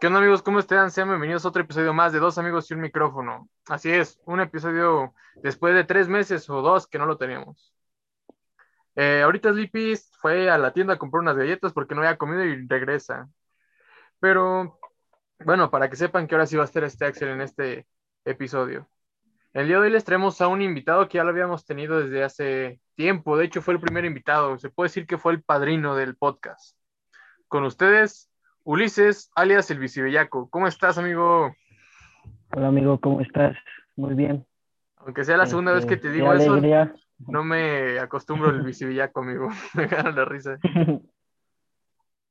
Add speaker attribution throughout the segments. Speaker 1: ¿Qué onda amigos? ¿Cómo están? Sean bienvenidos a otro episodio más de Dos Amigos y un Micrófono. Así es, un episodio después de tres meses o dos que no lo teníamos. Eh, ahorita Sleepy fue a la tienda a comprar unas galletas porque no había comido y regresa. Pero bueno, para que sepan que ahora sí va a estar este Axel en este episodio. El día de hoy les traemos a un invitado que ya lo habíamos tenido desde hace tiempo. De hecho, fue el primer invitado. Se puede decir que fue el padrino del podcast. Con ustedes, Ulises, alias el Bicibellaco. ¿Cómo estás, amigo?
Speaker 2: Hola, amigo, ¿cómo estás? Muy bien.
Speaker 1: Aunque sea la segunda este, vez que te digo eso, alegría. no me acostumbro al Bicibellaco, amigo. me ganan la risa.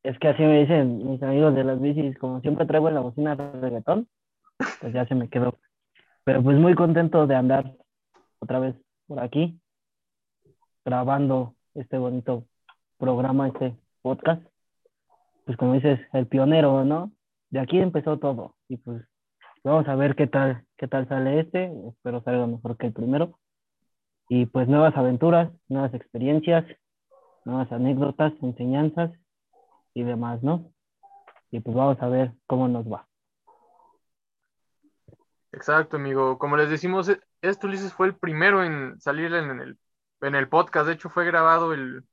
Speaker 2: Es que así me dicen mis amigos de las bicis. Como siempre traigo en la bocina reggaetón, pues ya se me quedó. Pero pues muy contento de andar otra vez por aquí, grabando este bonito programa, este podcast pues como dices, el pionero, ¿no? De aquí empezó todo. Y pues vamos a ver qué tal, qué tal sale este. Espero salga mejor que el primero. Y pues nuevas aventuras, nuevas experiencias, nuevas anécdotas, enseñanzas y demás, ¿no? Y pues vamos a ver cómo nos va.
Speaker 1: Exacto, amigo. Como les decimos, este Ulises fue el primero en salir en el, en el podcast. De hecho, fue grabado el,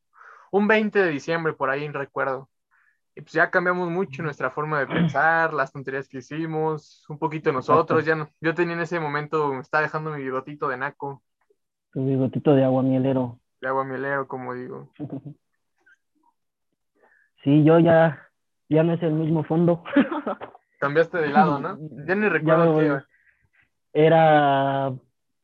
Speaker 1: un 20 de diciembre, por ahí en recuerdo. Y pues ya cambiamos mucho nuestra forma de pensar, las tonterías que hicimos, un poquito nosotros, ya no, yo tenía en ese momento, me estaba dejando mi bigotito de naco.
Speaker 2: Tu bigotito de agua mielero.
Speaker 1: De agua mielero, como digo.
Speaker 2: Sí, yo ya, ya no es el mismo fondo.
Speaker 1: Cambiaste de lado, ¿no? Ya ni recuerdo ya qué
Speaker 2: Era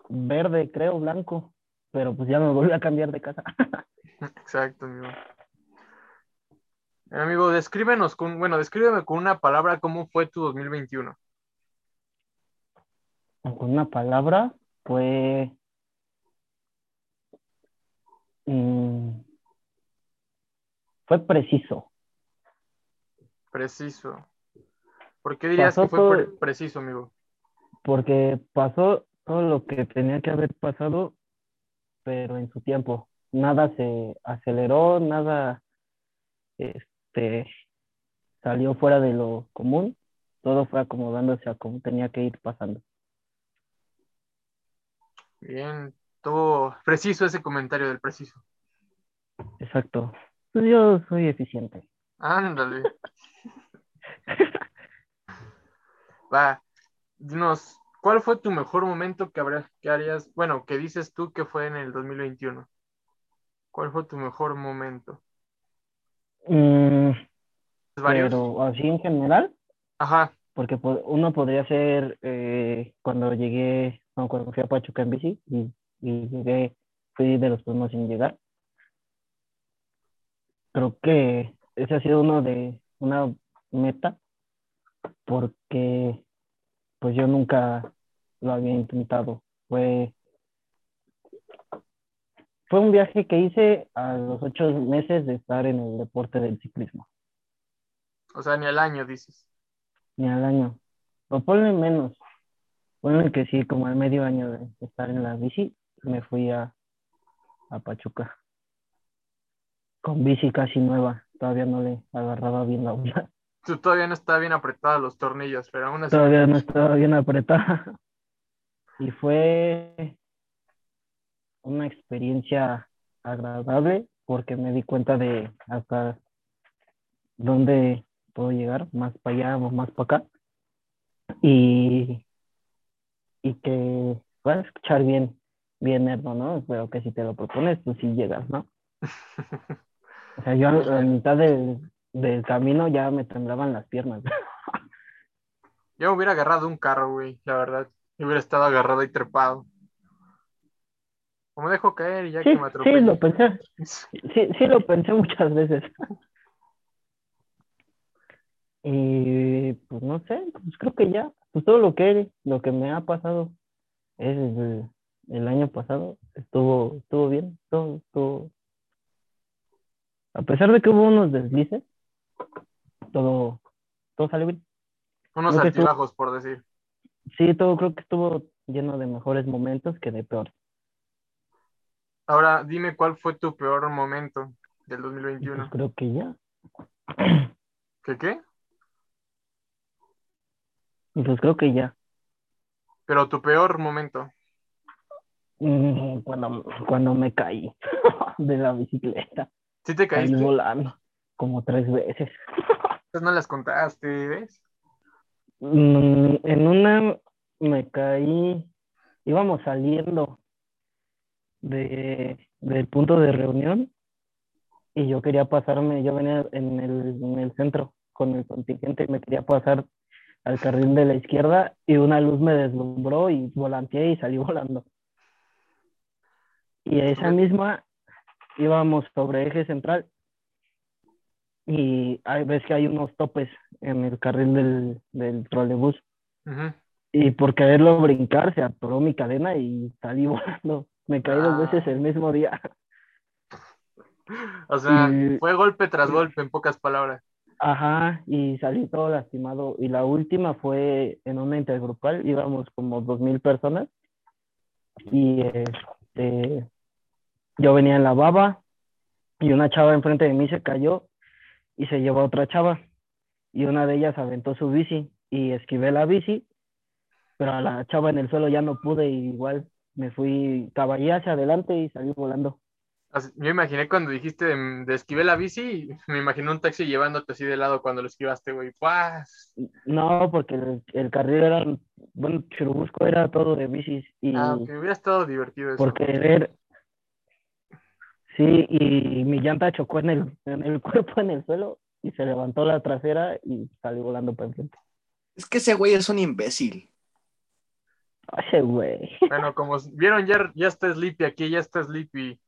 Speaker 2: verde, creo, blanco, pero pues ya me volví a cambiar de casa.
Speaker 1: Exacto, amigo. Amigo, descríbenos con, bueno, descríbeme con una palabra cómo fue tu 2021.
Speaker 2: Con una palabra, fue mmm, fue preciso.
Speaker 1: Preciso. ¿Por qué dirías pasó que fue todo, preciso, amigo?
Speaker 2: Porque pasó todo lo que tenía que haber pasado, pero en su tiempo. Nada se aceleró, nada este, salió fuera de lo común, todo fue acomodándose a como tenía que ir pasando.
Speaker 1: Bien, todo preciso ese comentario del preciso.
Speaker 2: Exacto. Pues yo soy eficiente.
Speaker 1: Ándale. Va, dinos, ¿cuál fue tu mejor momento que, habrá, que harías, bueno, que dices tú que fue en el 2021? ¿Cuál fue tu mejor momento?
Speaker 2: Mm, pero así en general.
Speaker 1: Ajá.
Speaker 2: Porque uno podría ser eh, cuando llegué, no, cuando fui a Pachuca en bici y, y, llegué, fui de los primeros en llegar. Creo que ese ha sido uno de una meta porque pues yo nunca lo había intentado. Fue fue un viaje que hice a los ocho meses de estar en el deporte del ciclismo.
Speaker 1: O sea, ni al año, dices.
Speaker 2: Ni al año. O ponle menos. Ponle que sí, como al medio año de estar en la bici, me fui a, a Pachuca. Con bici casi nueva. Todavía no le agarraba bien la onda.
Speaker 1: Tú todavía no estaba bien apretada los tornillos, pero aún así.
Speaker 2: pues, Todavía no estaba bien apretada. Y fue una experiencia agradable porque me di cuenta de hasta dónde puedo llegar, más para allá o más para acá. Y, y que puedas escuchar bien, bien nerdo, ¿no? Pero que si te lo propones, tú sí llegas, ¿no? O sea, yo a la mitad del, del camino ya me temblaban las piernas.
Speaker 1: Yo hubiera agarrado un carro, güey, la verdad. Yo hubiera estado agarrado y trepado. Como dejo caer y ya
Speaker 2: sí,
Speaker 1: que me atropello.
Speaker 2: Sí, lo pensé. Sí, sí, lo pensé muchas veces. Y pues no sé, pues creo que ya, pues todo lo que, lo que me ha pasado es el, el año pasado, estuvo, estuvo bien, todo, estuvo. A pesar de que hubo unos deslices, todo, todo salió bien.
Speaker 1: Unos creo altibajos, estuvo, por decir.
Speaker 2: Sí, todo creo que estuvo lleno de mejores momentos que de peores.
Speaker 1: Ahora dime cuál fue tu peor momento del 2021.
Speaker 2: Pues creo que ya.
Speaker 1: ¿Qué qué?
Speaker 2: Y pues creo que ya.
Speaker 1: Pero tu peor momento.
Speaker 2: Mm, Cuando, cuando me caí de la bicicleta.
Speaker 1: Sí te
Speaker 2: Caí
Speaker 1: caíste.
Speaker 2: volando como tres veces.
Speaker 1: Esas no las contaste, ¿ves?
Speaker 2: Mm, en una me caí, íbamos saliendo de, del punto de reunión y yo quería pasarme, yo venía en el, en el centro con el contingente y me quería pasar al carril de la izquierda y una luz me deslumbró y volanteé y salí volando. Y esa misma íbamos sobre eje central y hay, ves que hay unos topes en el carril del, del trolebús
Speaker 1: Ujú.
Speaker 2: y por quererlo brincar se atoró mi cadena y salí volando. Me caí dos
Speaker 1: Ah.
Speaker 2: veces el mismo día.
Speaker 1: O sea,
Speaker 2: Y-
Speaker 1: fue golpe tras golpe, en pocas palabras.
Speaker 2: Ajá, y salí todo lastimado. Y la última fue en una intergrupal, íbamos como dos mil personas. Y este, yo venía en la baba y una chava enfrente de mí se cayó y se llevó a otra chava. Y una de ellas aventó su bici y esquivé la bici, pero a la chava en el suelo ya no pude y igual me fui, caballé hacia adelante y salí volando.
Speaker 1: Así- Yo imaginé cuando dijiste mm, de esquivé la bici, me imaginé un taxi llevándote así de lado cuando lo esquivaste, güey. ¡Paz!
Speaker 2: No, porque el, el carril era, bueno, Churubusco era todo de bicis y...
Speaker 1: Aunque Ah, hubiera estado divertido eso.
Speaker 2: por querer. Sí, y mi llanta chocó en el, en el cuerpo, en el suelo, y se levantó la trasera y salí volando para enfrente.
Speaker 3: Es que ese güey es un imbécil.
Speaker 2: Ay, ese güey.
Speaker 1: Bueno, como s- vieron, ya, ya está Sleepy aquí, ya está Sleepy.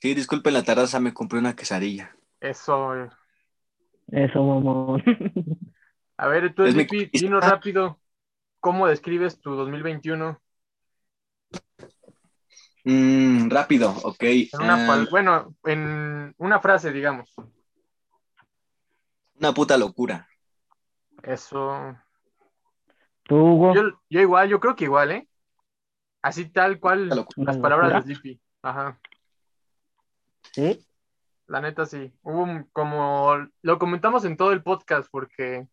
Speaker 3: Sí, disculpen la tardanza, me compré una quesadilla.
Speaker 1: Eso. eh.
Speaker 2: Eso, mamón.
Speaker 1: A ver, tú,
Speaker 3: Es mi
Speaker 1: Sleepy,
Speaker 3: conquista.
Speaker 1: dinos rápido, ¿cómo describes tu 2021?
Speaker 3: Mm, rápido, ok.
Speaker 1: En una,
Speaker 3: Ah,
Speaker 1: pal- bueno, en una frase, digamos.
Speaker 3: una puta locura.
Speaker 1: Eso.
Speaker 2: Tú, Hugo.
Speaker 1: Yo, yo igual, yo creo que igual, ¿eh? Así tal cual
Speaker 3: Una locura.
Speaker 2: una
Speaker 1: las palabras de
Speaker 2: locura.
Speaker 1: Sleepy. Ajá,
Speaker 2: Sí,
Speaker 1: la neta sí. Hubo un- como lo comentamos en todo el podcast, porque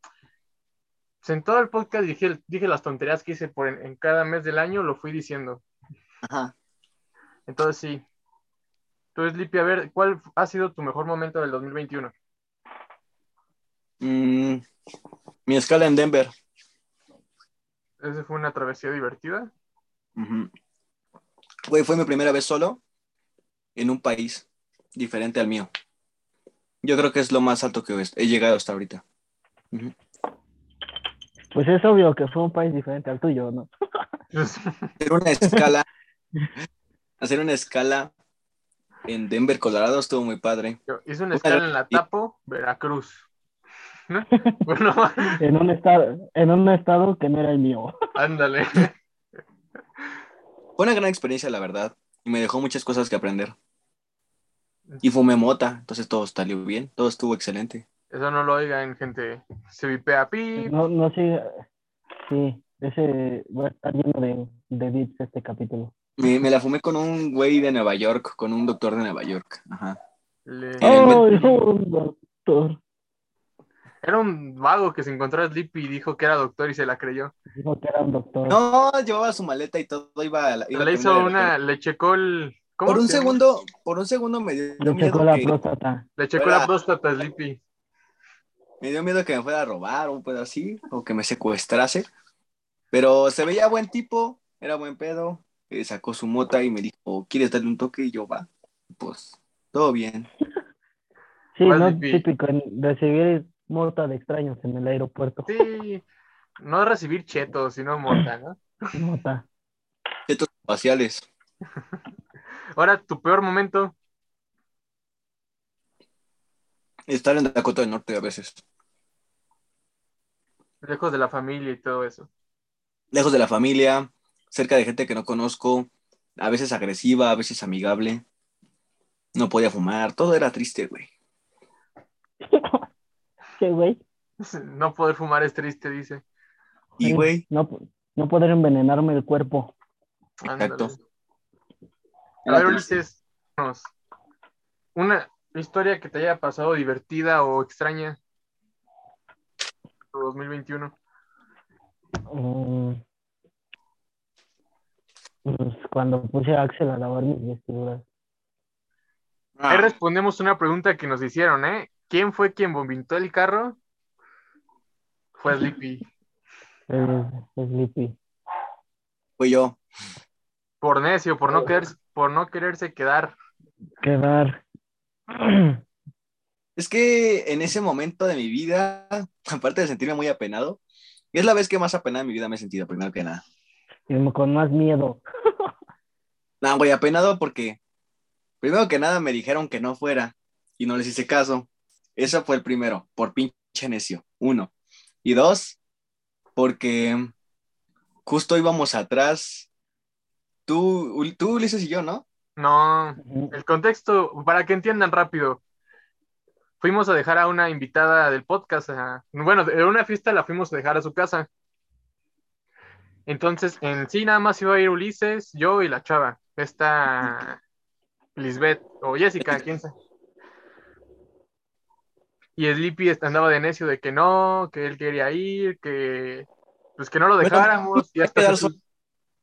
Speaker 1: pues, en todo el podcast dije, dije las tonterías que hice por en, en cada mes del año, lo fui diciendo.
Speaker 3: Ajá.
Speaker 1: Entonces sí. Tú, Sleepy, a ver, ¿cuál ha sido tu mejor momento del 2021?
Speaker 3: Mm, mi escala en Denver.
Speaker 1: ¿Esa fue una travesía divertida?
Speaker 3: Ujú. Güey, fue mi primera vez solo en un país diferente al mío. Yo creo que es lo más alto que he llegado hasta ahorita.
Speaker 2: pues es obvio que fue un país diferente al tuyo, ¿no?
Speaker 3: Hacer una escala, hacer una escala en Denver, Colorado, estuvo muy padre.
Speaker 1: Yo hice una escala en la Tapo, Veracruz. ¿No? Bueno,
Speaker 2: En un estado, en un estado que no era el mío.
Speaker 1: ándale.
Speaker 3: Fue una gran experiencia, la verdad, y me dejó muchas cosas que aprender. Y fumé mota, entonces todo salió bien, todo estuvo excelente.
Speaker 1: Eso no lo oigan, gente. Se vipea pi.
Speaker 2: No, no sé. Sí, ese va a estar lleno de, de bits este capítulo.
Speaker 3: Me, me la fumé con un güey de Nueva York, con un doctor de Nueva York. Ajá.
Speaker 1: le-
Speaker 3: En el
Speaker 2: ¡Ay,
Speaker 3: metro.
Speaker 2: un doctor!
Speaker 1: Era un vago que se encontró a Sleepy y dijo que era doctor y se la creyó.
Speaker 2: Dijo que era un doctor.
Speaker 3: No, llevaba su maleta y todo, iba a la- iba
Speaker 1: le
Speaker 3: a
Speaker 1: hizo
Speaker 3: terminar el-
Speaker 1: una, le checó el. ¿cómo
Speaker 3: Por un
Speaker 1: se llama?
Speaker 3: segundo, por un segundo me dio
Speaker 2: Le
Speaker 3: miedo
Speaker 2: checó la
Speaker 3: que,
Speaker 2: próstata.
Speaker 1: Le checó
Speaker 3: Fuera.
Speaker 1: la próstata a Sleepy.
Speaker 3: me dio miedo que me fuera a robar un pedo así, o que me secuestrase. Pero se veía buen tipo, era buen pedo. eh, sacó su mota y me dijo, ¿quieres darle un toque? Y yo, va. Pues, todo bien.
Speaker 2: Sí,
Speaker 1: Más
Speaker 2: no
Speaker 1: difícil.
Speaker 2: típico en recibir mota de extraños en el aeropuerto.
Speaker 1: Sí. No recibir chetos, sino mota, ¿no?
Speaker 2: Mota.
Speaker 3: Estos faciales.
Speaker 1: Ahora, tu peor momento.
Speaker 3: Estar en Dakota del Norte a veces.
Speaker 1: Lejos de la familia y todo eso.
Speaker 3: Lejos de la familia, cerca de gente que no conozco, a veces agresiva, a veces amigable. No podía fumar, todo era triste, güey.
Speaker 2: Che, güey.
Speaker 1: No poder fumar es triste, dice.
Speaker 3: Y,
Speaker 2: Sí,
Speaker 3: güey,
Speaker 2: No, no poder envenenarme el cuerpo.
Speaker 1: Ándale.
Speaker 3: Exacto.
Speaker 1: A ver, Ulises, nos- una historia que te haya pasado divertida o extraña. Tu 2021.
Speaker 2: Mm. Pues cuando puse a Axel a lavar mis vestiduras.
Speaker 1: Ahí
Speaker 3: Ah,
Speaker 1: respondemos una pregunta que nos hicieron, ¿eh? ¿Quién fue quien vomitó el carro? Fue Sleepy.
Speaker 2: Es, es Lippy.
Speaker 3: fui yo.
Speaker 1: Por necio, por no, querer, por no quererse quedar.
Speaker 2: Quedar.
Speaker 3: Es que en ese momento de mi vida, aparte de sentirme muy apenado, es la vez que más apenado en mi vida me he sentido, primero que nada.
Speaker 2: Y con más miedo.
Speaker 3: No, güey, apenado porque primero que nada me dijeron que no fuera y no les hice caso. Eso fue el primero, por pinche necio, uno. Y dos, porque justo íbamos atrás, tú, Ul- tú Ulises y yo, ¿no?
Speaker 1: No, el contexto, para que entiendan rápido. Fuimos a dejar a una invitada del podcast. a- bueno, de una fiesta la fuimos a dejar a su casa. Entonces, en sí nada más iba a ir Ulises, yo y la chava. Esta Lisbeth o Jessica, quién sabe. Y Sleepy est- andaba de necio de que no, que él quería ir, que pues que no lo
Speaker 3: Bueno,
Speaker 1: dejáramos. y,
Speaker 3: hay que
Speaker 1: hasta
Speaker 3: dar
Speaker 1: se sub-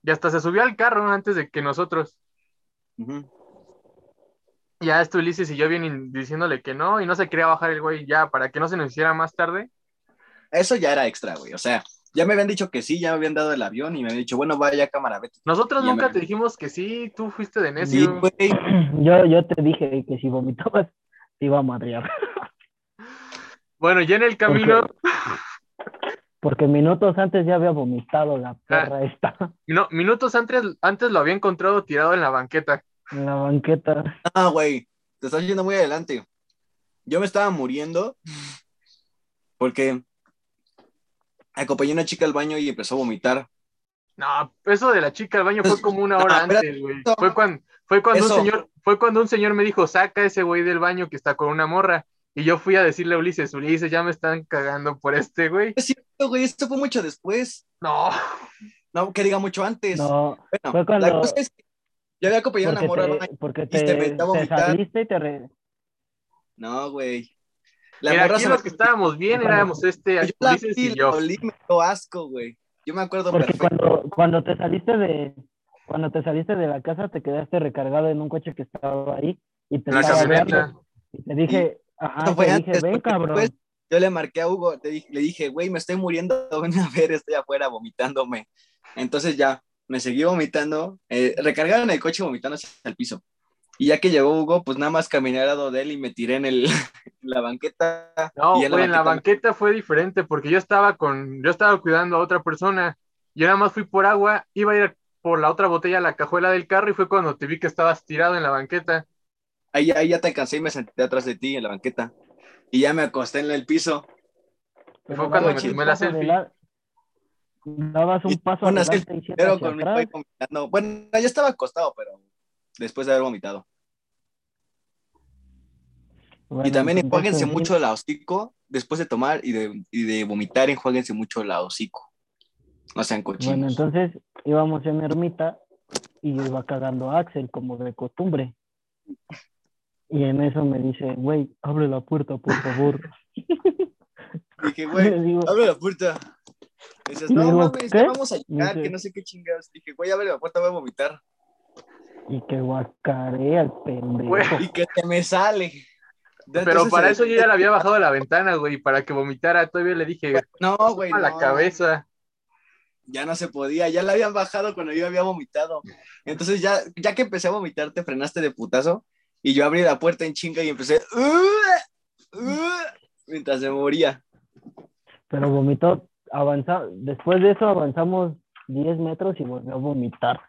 Speaker 1: y hasta se subió al carro antes de que nosotros.
Speaker 3: Ujú.
Speaker 1: Ya esto Ulises y yo vienen diciéndole que no, y no se quería bajar el güey ya para que no se nos hiciera más tarde.
Speaker 3: Eso ya era extra, güey. O sea, ya me habían dicho que sí, ya me habían dado el avión y me habían dicho, bueno, vaya cámara, vete.
Speaker 1: Nosotros
Speaker 3: Ya
Speaker 1: nunca
Speaker 3: me-
Speaker 1: te dijimos que sí, tú fuiste de
Speaker 3: Sí,
Speaker 1: necio.
Speaker 3: güey.
Speaker 2: Yo, yo te dije que si vomitabas te iba a madrear.
Speaker 1: Bueno, ya en el camino,
Speaker 2: Porque minutos antes ya había vomitado
Speaker 3: Ah.
Speaker 2: la perra esta
Speaker 1: no, minutos antes, antes lo había encontrado tirado en la banqueta.
Speaker 2: en la banqueta.
Speaker 3: Ah, güey, te estás yendo muy adelante. Yo me estaba muriendo porque acompañé a una chica al baño y empezó a vomitar.
Speaker 1: No, eso de la chica al baño fue como una hora
Speaker 3: Ah, espérate,
Speaker 1: antes, güey.
Speaker 3: no.
Speaker 1: Fue cuando, fue cuando un
Speaker 3: Eso.
Speaker 1: señor, fue cuando un señor me dijo, saca ese güey del baño que está con una morra. Y yo fui a decirle a Ulises, Ulises, ya me están cagando por este güey.
Speaker 3: Es cierto, güey, esto fue mucho después.
Speaker 1: No,
Speaker 3: No, que diga mucho antes.
Speaker 2: No,
Speaker 3: bueno,
Speaker 2: fue cuando-
Speaker 3: la cosa es que yo había acompañado a una
Speaker 2: porque
Speaker 3: morra al
Speaker 2: te,
Speaker 3: baño.
Speaker 2: porque
Speaker 3: te
Speaker 2: te,
Speaker 3: metió a
Speaker 2: te
Speaker 3: vomitar.
Speaker 2: saliste y te re-
Speaker 3: No, güey. La
Speaker 1: mira,
Speaker 3: morra
Speaker 1: aquí
Speaker 3: se
Speaker 1: los
Speaker 3: me...
Speaker 1: que estábamos bien éramos este,
Speaker 3: Yo la
Speaker 1: Ulises
Speaker 3: vi,
Speaker 1: y
Speaker 3: la
Speaker 1: yo.
Speaker 3: olí, me dio asco, güey. Yo me acuerdo
Speaker 2: porque
Speaker 3: perfecto.
Speaker 2: cuando, cuando te saliste de cuando te saliste de la casa te quedaste recargado en un coche que estaba ahí y te
Speaker 1: En la
Speaker 2: estaba
Speaker 1: camioneta.
Speaker 2: hablando. y te dije, ajá,
Speaker 3: esto fue
Speaker 2: te
Speaker 3: antes,
Speaker 2: Ah, dije, ven
Speaker 3: porque
Speaker 2: cabrón.
Speaker 3: después- Yo le marqué a Hugo, te di- le dije, güey, me estoy muriendo, ven a ver, estoy afuera vomitándome. Entonces ya, me seguí vomitando, eh, recargaron el coche vomitando hacia el piso. Y ya que llegó Hugo, pues nada más caminé al lado de él y me tiré en, el, en la banqueta.
Speaker 1: No,
Speaker 3: y
Speaker 1: güey,
Speaker 3: en
Speaker 1: en
Speaker 3: la
Speaker 1: la
Speaker 3: banqueta
Speaker 1: banqueta fue diferente porque yo estaba con, yo estaba cuidando a otra persona. Yo nada más fui por agua, iba a ir por la otra botella a la cajuela del carro y fue cuando te vi que estabas tirado en la banqueta.
Speaker 3: Ahí, ahí ya te cansé y me senté atrás de ti en la banqueta. Y ya me acosté en el piso.
Speaker 2: Pero
Speaker 1: fue cuando
Speaker 2: dabas
Speaker 3: me
Speaker 2: un
Speaker 1: tomé la
Speaker 2: paso de
Speaker 1: selfie.
Speaker 2: la- dabas
Speaker 3: Y
Speaker 2: un paso
Speaker 3: una
Speaker 2: adelante y siete
Speaker 3: Pero
Speaker 2: hacia
Speaker 3: con mi
Speaker 2: atrás.
Speaker 3: cuerpo vomitando. Bueno, yo estaba acostado, pero después de haber vomitado.
Speaker 2: Bueno, pues,
Speaker 3: y también
Speaker 2: entonces,
Speaker 3: enjuáguense
Speaker 2: en fin,
Speaker 3: mucho el hocico después de tomar y de, y de vomitar, enjuáguense mucho el hocico. No sean cochinos.
Speaker 2: Bueno, entonces íbamos en ermita y yo iba cagando a Axel como de costumbre. Y en eso me dice, güey, abre la puerta, por favor.
Speaker 3: Dije, güey,
Speaker 2: Le digo,
Speaker 3: abre la puerta. Me Dices,
Speaker 2: Y
Speaker 3: no,
Speaker 2: digo,
Speaker 3: mames, ya
Speaker 2: ¿qué?
Speaker 3: vamos a llegar,
Speaker 2: Dice-
Speaker 3: que no sé qué chingados. Dije, güey, abre la puerta, voy a vomitar.
Speaker 2: y que guacaré al pendejo.
Speaker 1: Güey,
Speaker 3: Y que se me sale. Ya,
Speaker 1: Pero
Speaker 3: entonces, eh,
Speaker 1: para
Speaker 3: se-
Speaker 1: eso yo ya la había bajado de la ventana, güey, para que vomitara. Todavía le dije,
Speaker 3: No, güey,
Speaker 1: a la
Speaker 3: no.
Speaker 1: cabeza.
Speaker 3: Ya no se podía, ya la habían bajado cuando yo había vomitado. Entonces, ya, ya que empecé a vomitar, te frenaste de putazo. Y yo abrí la puerta en chinga y empecé. "Uh, uh", mientras se moría.
Speaker 2: Pero vomitó, avanza, después de eso avanzamos 10 metros y volvió a vomitar.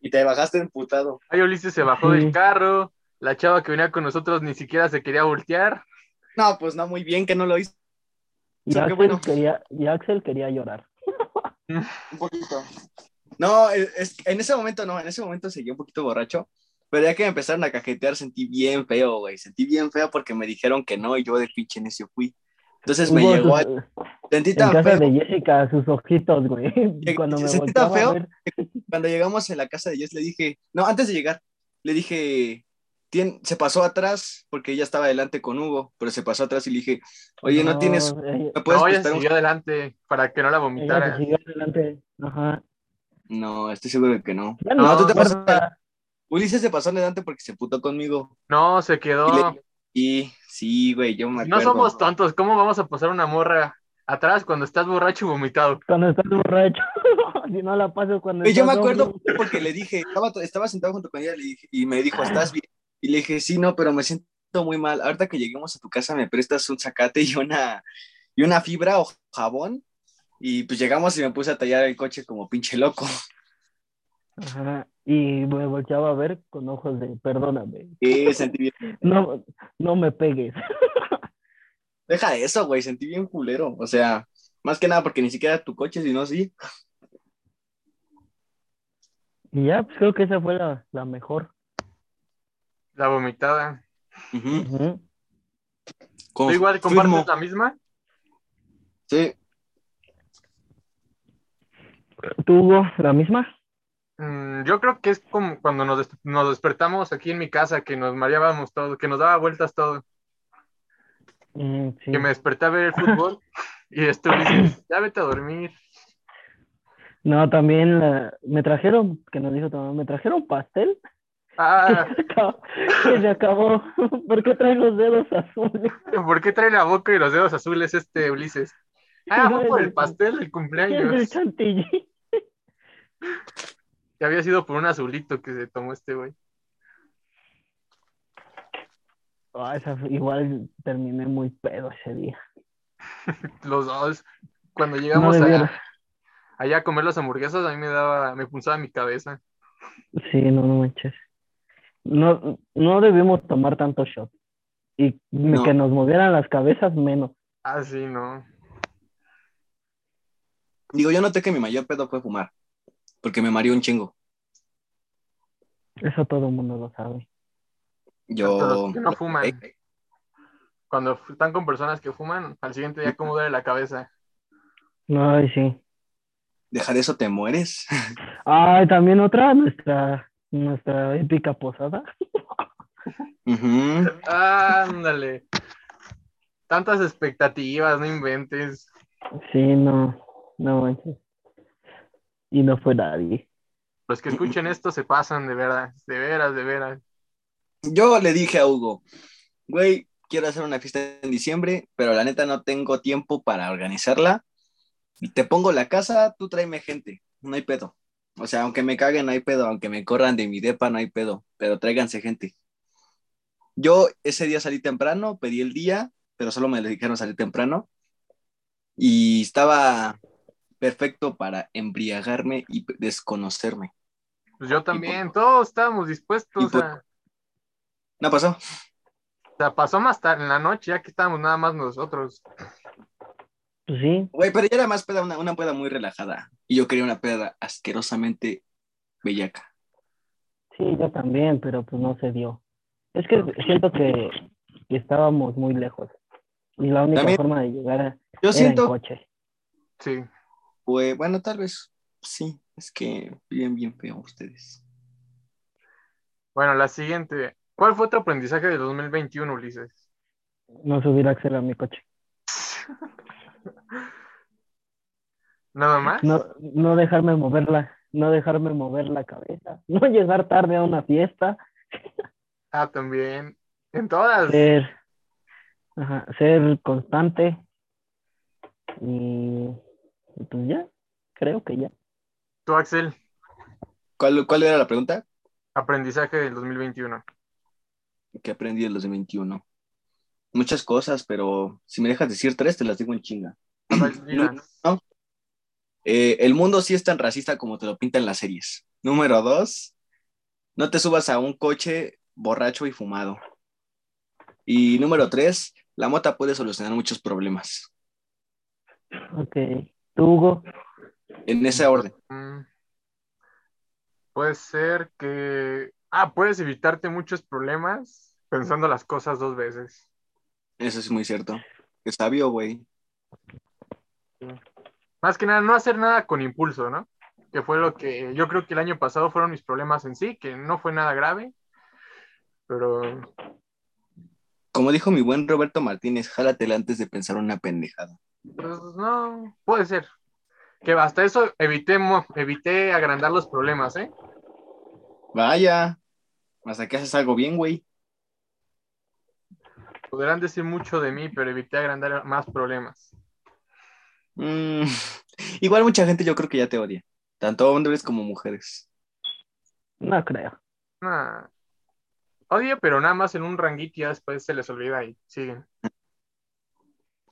Speaker 3: Y te bajaste emputado.
Speaker 1: Ahí Ulises se bajó
Speaker 2: Sí.
Speaker 1: del carro. La chava que venía con nosotros ni siquiera se quería voltear.
Speaker 3: No, pues no, muy bien que no lo hizo.
Speaker 2: Y,
Speaker 3: Sí, qué
Speaker 2: Axel,
Speaker 3: bueno.
Speaker 2: quería, y Axel quería llorar.
Speaker 3: Un poquito. No, es- es- en ese momento no, en ese momento seguí un poquito borracho. Pero ya que me empezaron a cajetear, sentí bien feo, güey. Sentí bien feo porque me dijeron que no y yo de pinche necio fui. Entonces Pues me
Speaker 2: Hubo
Speaker 3: llegó
Speaker 2: sus-
Speaker 3: al- Sentí
Speaker 2: en
Speaker 3: tan
Speaker 2: casa
Speaker 3: feo.
Speaker 2: de Jessica, sus ojitos, güey. Y Cuando me
Speaker 3: ¿Se sentí
Speaker 2: volteaba a
Speaker 3: tan feo?
Speaker 2: ver,
Speaker 3: Cuando llegamos en la casa de Jess, le dije. No, antes de llegar, le dije. tien- se pasó atrás porque ella estaba adelante con Hugo, pero se pasó atrás y le dije, oye, no, tienes,
Speaker 2: Ella,
Speaker 3: ¿me puedes
Speaker 1: No, ella
Speaker 3: prestar un-
Speaker 1: siguió adelante para que no la
Speaker 2: ella se
Speaker 1: vomitara.
Speaker 2: siguió adelante. Ajá.
Speaker 3: No, estoy seguro de que no.
Speaker 2: Ya
Speaker 1: No,
Speaker 3: Ah, tú te
Speaker 2: recuerda.
Speaker 3: Ulises se pasó adelante porque se putó conmigo.
Speaker 1: No, se quedó.
Speaker 3: Y sí, güey, yo me
Speaker 1: No
Speaker 3: acuerdo.
Speaker 1: somos tontos. ¿Cómo vamos a pasar una morra atrás cuando estás borracho y vomitado?
Speaker 2: Cuando estás borracho. si no la paso cuando
Speaker 3: Güey, yo me
Speaker 2: estás
Speaker 3: acuerdo
Speaker 2: sobrio.
Speaker 3: porque le dije, estaba, estaba sentado junto con ella le dije- y me dijo, ¿estás bien? Y le dije, sí, no, pero me siento muy mal. Ahorita que lleguemos a tu casa, me prestas un sacate y una, y una fibra o jabón. Y pues llegamos y me puse a tallar el coche como pinche loco.
Speaker 2: Ajá. Y me volteaba a ver con ojos de perdóname.
Speaker 3: Sí, sentí bien.
Speaker 2: No, no me pegues.
Speaker 3: Deja de eso, güey, sentí bien culero. O sea, más que nada porque ni siquiera era tu coche, sino sí.
Speaker 2: Y ya, pues creo que esa fue la, la mejor.
Speaker 1: La vomitada.
Speaker 3: Ujú.
Speaker 2: Ujú.
Speaker 1: ¿Tú igual
Speaker 3: Confirmo.
Speaker 1: compartes la misma?
Speaker 3: Sí.
Speaker 2: ¿Tú, Hugo, la misma?
Speaker 1: Mm, yo creo que es como cuando nos, des- nos despertamos aquí en mi casa, que nos mareábamos todo, que nos daba vueltas todo,
Speaker 2: Mm, sí.
Speaker 1: que me desperté a ver el fútbol y esto dices, ya vete a dormir.
Speaker 2: No, también la- me trajeron, que nos dijo tu mamá, me trajeron pastel.
Speaker 1: Ah,
Speaker 2: Que se acabó. que se acabó. ¿Por qué traes los dedos azules?
Speaker 1: ¿por qué trae la boca y los dedos azules este Ulises? Ah, fue por el pastel del
Speaker 2: ¿Quién es el
Speaker 1: cumpleaños.
Speaker 2: chantilly?
Speaker 1: Que había sido por un azulito que se tomó este güey.
Speaker 2: Ah, esa fue- igual terminé muy pedo ese día.
Speaker 1: Los dos, cuando
Speaker 2: No
Speaker 1: llegamos a-
Speaker 2: debiera.
Speaker 1: allá a comer las hamburguesas, a mí me daba, me punzaba mi cabeza.
Speaker 2: Sí, no, no manches. No, no debimos tomar tanto shot. Y
Speaker 3: No.
Speaker 2: que nos movieran las cabezas menos.
Speaker 1: Ah, sí, no.
Speaker 3: Digo, yo noté que mi mayor pedo fue fumar, porque me mareó un chingo.
Speaker 2: Eso todo el mundo lo sabe.
Speaker 1: Hasta
Speaker 3: Yo.
Speaker 1: los que no fuman. Cuando f- están con personas que fuman, al siguiente día cómo duele la cabeza.
Speaker 2: No, ay, sí.
Speaker 3: Dejar eso te mueres.
Speaker 2: Ay, también otra, nuestra, nuestra épica posada.
Speaker 3: Ujú.
Speaker 1: Ándale. Tantas expectativas, no inventes.
Speaker 2: Sí, no, no manches. Y no fue nadie.
Speaker 1: Los que escuchen esto se pasan de veras, de veras, de veras.
Speaker 3: Yo le dije a Hugo, güey, quiero hacer una fiesta en diciembre, pero la neta no tengo tiempo para organizarla. Te pongo la casa, tú tráeme gente, no hay pedo. O sea, aunque me caguen, no hay pedo, aunque me corran de mi depa, no hay pedo, pero tráiganse gente. Yo ese día salí temprano, pedí el día, pero solo me dijeron salir temprano. Y estaba perfecto para embriagarme y desconocerme.
Speaker 1: Pues yo también, todos estábamos dispuestos.
Speaker 3: Y
Speaker 1: O sea,
Speaker 3: ¿No pasó?
Speaker 1: o sea, pasó más tarde en la noche, ya que estábamos nada más nosotros.
Speaker 2: Pues sí,
Speaker 3: Güey, pero ya era más peda, una, una peda muy relajada. Y yo quería una peda asquerosamente bellaca.
Speaker 2: sí, yo también, pero pues no se dio. Es que siento que, que estábamos muy lejos. Y la única
Speaker 3: También-
Speaker 2: forma de llegar a- era
Speaker 3: Yo
Speaker 2: en
Speaker 3: siento,
Speaker 2: coche.
Speaker 1: Sí.
Speaker 3: güey, bueno, tal vez sí, es que bien, bien feo ustedes.
Speaker 1: Bueno, la siguiente. ¿Cuál fue tu aprendizaje de 2021, Ulises?
Speaker 2: No subir a Axel a mi coche.
Speaker 1: ¿Nada más?
Speaker 2: No, no dejarme moverla, no dejarme mover la cabeza. No llegar tarde a una fiesta.
Speaker 1: Ah, también. En todas.
Speaker 2: ser, ajá, ser constante y y pues ya, creo que ya.
Speaker 1: Tú, Axel,
Speaker 3: ¿Cuál, cuál era la pregunta?
Speaker 1: aprendizaje del 2021.
Speaker 3: ¿Qué aprendí de los 21? Muchas cosas, pero si me dejas decir tres, te las digo en chinga.
Speaker 1: A ver, dilas.
Speaker 3: Eh, el mundo sí es tan racista como te lo pintan las series. Número dos, no te subas a un coche borracho y fumado. Y número tres, la mota puede solucionar muchos problemas.
Speaker 2: Ok, tú Hugo,
Speaker 3: En ese orden.
Speaker 1: Mm. Puede ser que. Ah, puedes evitarte muchos problemas pensando las cosas dos veces.
Speaker 3: Eso es muy cierto. Es sabio, güey.
Speaker 1: Más que nada, no hacer nada con impulso, ¿no? Que fue lo que yo creo que el año pasado fueron mis problemas en sí, que no fue nada grave. Pero
Speaker 3: Como dijo mi buen Roberto Martínez, jálatela antes de pensar una pendejada.
Speaker 1: Pues no, puede ser. Que hasta eso evité, mo- evité agrandar los problemas, ¿eh?
Speaker 3: Vaya, hasta que haces algo bien, güey.
Speaker 1: Podrán decir mucho de mí, pero evité agrandar más problemas.
Speaker 3: Mm, Igual mucha gente yo creo que ya te odia, tanto hombres como mujeres.
Speaker 2: No creo.
Speaker 1: Nah. Odio, pero nada más en un ranguito y ya después se les olvida y siguen.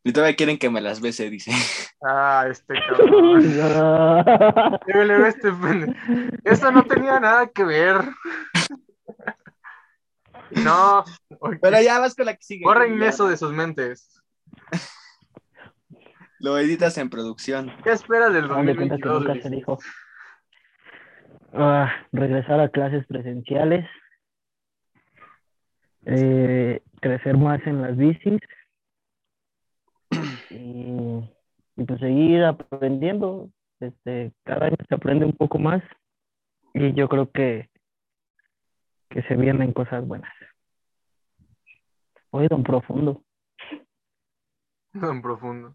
Speaker 3: Y todavía quieren que me las bese, dice.
Speaker 1: Ah, este cabrón.
Speaker 2: No.
Speaker 1: Luego, luego este pende- Eso no tenía nada que ver. No. oye,
Speaker 3: Pero ya vas con la que sigue.
Speaker 1: Borren
Speaker 3: Ya.
Speaker 1: eso de sus mentes.
Speaker 3: Lo editas en producción.
Speaker 1: ¿Qué esperas del
Speaker 2: Hagan de cuenta que
Speaker 1: 2022?
Speaker 2: nunca
Speaker 1: Luis?
Speaker 2: se dijo. Ah, regresar a clases presenciales. Eh, crecer más en las bicis. Y, y pues seguir aprendiendo. Este, cada año se aprende un poco más. Y yo creo que, que se vienen cosas buenas. Hoy don profundo.
Speaker 1: Tan profundo.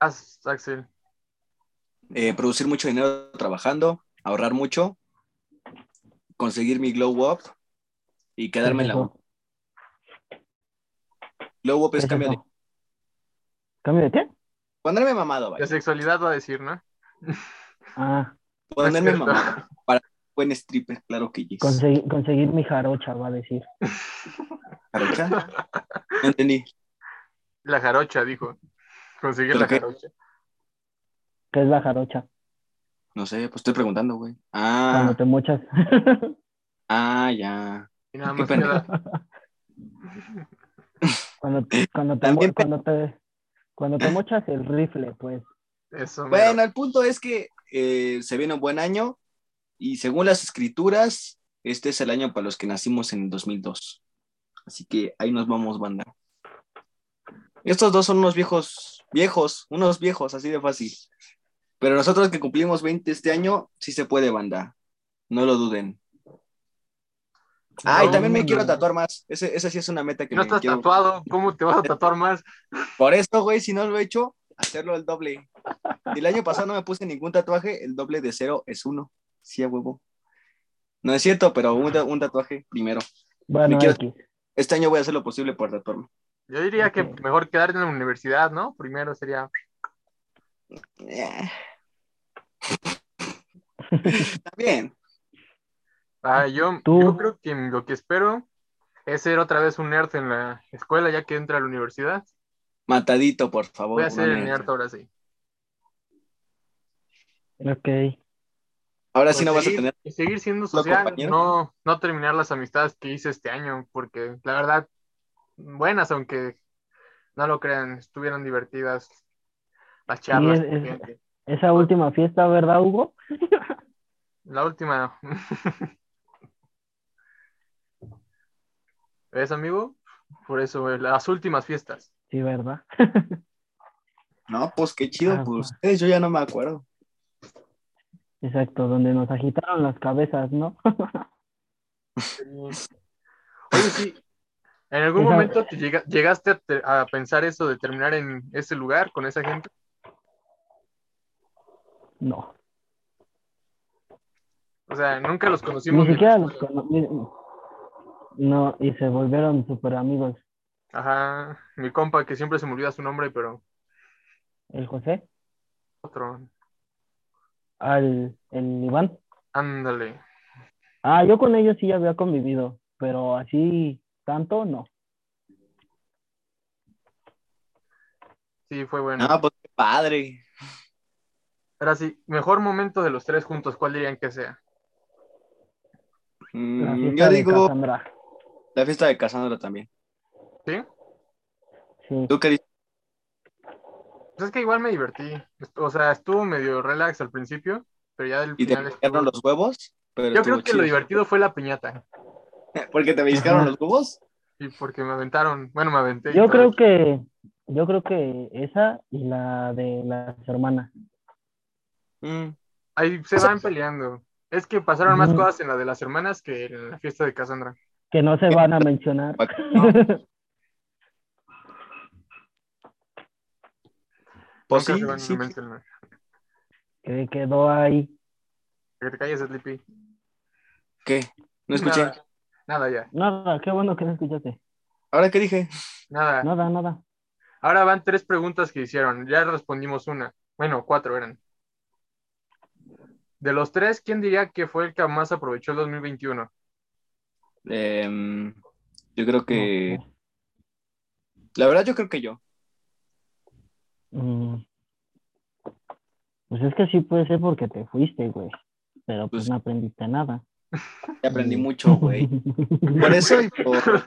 Speaker 1: Haz, Axel.
Speaker 3: eh, producir mucho dinero trabajando, ahorrar mucho, conseguir mi glow up y quedarme en la U. Glow up es
Speaker 2: Eso
Speaker 3: Pues, cambio de...
Speaker 2: no. ¿Cambio de qué?
Speaker 3: Ponerme mamado,
Speaker 1: La
Speaker 3: vaya.
Speaker 1: sexualidad va a decir, ¿no?
Speaker 2: Ah,
Speaker 3: Ponerme
Speaker 1: No es cierto.
Speaker 3: mamado. Para buen stripper, claro que yes.
Speaker 2: consegui- conseguir mi jarocha, va a decir.
Speaker 3: ¿Jarocha? No entendí.
Speaker 1: La jarocha, dijo. Conseguir
Speaker 3: ¿Pero
Speaker 1: la
Speaker 3: qué?
Speaker 1: jarocha.
Speaker 2: ¿Qué es la jarocha?
Speaker 3: No sé, pues estoy preguntando, güey.
Speaker 2: Cuando
Speaker 3: Ah,
Speaker 2: te mochas.
Speaker 3: ah, ya.
Speaker 1: Y nada
Speaker 3: Qué
Speaker 1: más
Speaker 3: pendejo.
Speaker 1: queda.
Speaker 2: cuando, cuando, te, mo-
Speaker 3: También pe-
Speaker 2: cuando, te, cuando te mochas el rifle, pues.
Speaker 1: Eso, mero.
Speaker 3: Bueno, el punto es que eh, se viene un buen año y según las escrituras, este es el año para los que nacimos en el 2002. Así que ahí nos vamos, banda. Estos dos son unos viejos, viejos, unos viejos, así de fácil. Pero nosotros que cumplimos 20 este año, sí se puede, banda. No lo duden. Ah, y
Speaker 1: No,
Speaker 3: también me
Speaker 2: no.
Speaker 3: quiero tatuar más. Ese- esa sí es una meta que
Speaker 1: No
Speaker 3: me
Speaker 1: estás
Speaker 3: quiero-
Speaker 1: tatuado. ¿Cómo te vas a tatuar más?
Speaker 3: por eso, güey, si no lo he hecho, hacerlo el doble. Y el año pasado no me puse ningún tatuaje, el doble de cero es uno. Sí, a huevo. No es cierto, pero un, ta- un tatuaje primero.
Speaker 2: Bueno,
Speaker 3: Me quiero-
Speaker 2: X.
Speaker 3: Este año voy a hacer lo posible por tatuarme.
Speaker 1: Yo diría que
Speaker 2: Ok.
Speaker 1: mejor quedarte en la universidad, ¿no? Primero sería.
Speaker 3: Eh. También.
Speaker 1: Ah, yo,
Speaker 2: Tú.
Speaker 1: yo creo que lo que espero es ser otra vez un nerd en la escuela ya que entra a la universidad.
Speaker 3: Matadito, por favor.
Speaker 1: Voy
Speaker 2: Oh,
Speaker 1: a ser
Speaker 3: no,
Speaker 1: el
Speaker 3: no.
Speaker 1: nerd ahora sí.
Speaker 2: Ok.
Speaker 3: Ahora sí no
Speaker 1: Pues
Speaker 3: vas a
Speaker 1: seguir-
Speaker 3: tener.
Speaker 1: y seguir siendo social,
Speaker 3: compañero.
Speaker 1: no, no terminar las amistades que hice este año, porque la verdad, buenas, aunque no lo crean, estuvieron divertidas las charlas.
Speaker 2: es- es-
Speaker 1: gente.
Speaker 2: Esa última fiesta, ¿verdad, Hugo?
Speaker 1: La última. ¿Ves, amigo? Por eso, güey, las últimas fiestas.
Speaker 2: Sí, ¿verdad?
Speaker 3: No, pues qué chido
Speaker 2: Ah,
Speaker 3: por
Speaker 2: pues.
Speaker 3: ustedes. Yo ya no me acuerdo.
Speaker 2: Exacto, donde nos agitaron las cabezas, ¿no?
Speaker 1: Oye, sí. ¿En algún
Speaker 2: Esa-
Speaker 1: momento te llega- llegaste a, te- a pensar eso de terminar en ese lugar con esa gente?
Speaker 2: No.
Speaker 1: O sea, nunca los conocimos.
Speaker 2: Ni
Speaker 1: ni-
Speaker 2: siquiera los conocí. No, y se volvieron super amigos.
Speaker 1: Ajá, mi compa que siempre se me olvida su nombre, pero
Speaker 2: El José,
Speaker 1: otro.
Speaker 2: al el Iván.
Speaker 1: Ándale.
Speaker 2: Ah, yo con ellos sí había convivido, pero así tanto no.
Speaker 1: Sí, fue bueno.
Speaker 3: Ah, pues qué padre.
Speaker 1: Ahora sí, mejor momento de los tres juntos, ¿cuál dirían que sea?
Speaker 2: La
Speaker 3: Mm,
Speaker 2: fiesta
Speaker 3: yo
Speaker 2: de
Speaker 3: digo
Speaker 2: Cassandra.
Speaker 3: la fiesta de Casandra también.
Speaker 1: ¿Sí?
Speaker 2: Sí.
Speaker 3: ¿Tú qué dices?
Speaker 1: Pues es que igual me divertí. Est- O sea, estuvo medio relax al principio, pero ya del
Speaker 3: Y te
Speaker 1: final estuvo-
Speaker 3: picaron los huevos. Pero
Speaker 1: Yo
Speaker 3: estuvo
Speaker 1: creo que
Speaker 3: chido.
Speaker 1: lo divertido fue la piñata.
Speaker 3: Porque te pellizcaron
Speaker 2: Ajá.
Speaker 3: los huevos.
Speaker 1: Y porque me aventaron, bueno, me aventé. y
Speaker 2: Yo
Speaker 1: todo
Speaker 2: creo
Speaker 1: eso.
Speaker 2: que, yo creo que esa y la de las hermanas.
Speaker 3: Mm.
Speaker 1: Ahí se
Speaker 3: o sea-
Speaker 1: van peleando. Es que pasaron más
Speaker 2: Ujú.
Speaker 1: cosas en la de las hermanas que en la fiesta de Cassandra.
Speaker 2: que no se van a mencionar.
Speaker 1: No. Nunca
Speaker 3: Pues sí,
Speaker 1: se van a
Speaker 3: sí,
Speaker 1: mencionar.
Speaker 2: que quedó ahí.
Speaker 1: Que te calles, Sleepy.
Speaker 3: ¿qué? No escuché.
Speaker 1: Nada, nada ya,
Speaker 2: Nada, qué bueno que no escuchaste.
Speaker 3: ¿Ahora qué dije?
Speaker 1: nada.
Speaker 2: Nada, nada.
Speaker 1: Ahora van tres preguntas que hicieron. Ya respondimos una. Bueno, cuatro eran. De los tres, ¿quién diría que fue el que más aprovechó el 2021?
Speaker 3: Em, yo creo que. La verdad, yo creo que yo.
Speaker 2: Mm. Pues es que sí puede ser porque te fuiste, güey. Pero pues,
Speaker 3: Pues-
Speaker 2: no aprendiste nada.
Speaker 3: Ya
Speaker 2: Mm.
Speaker 3: aprendí mucho, güey. Por eso y por,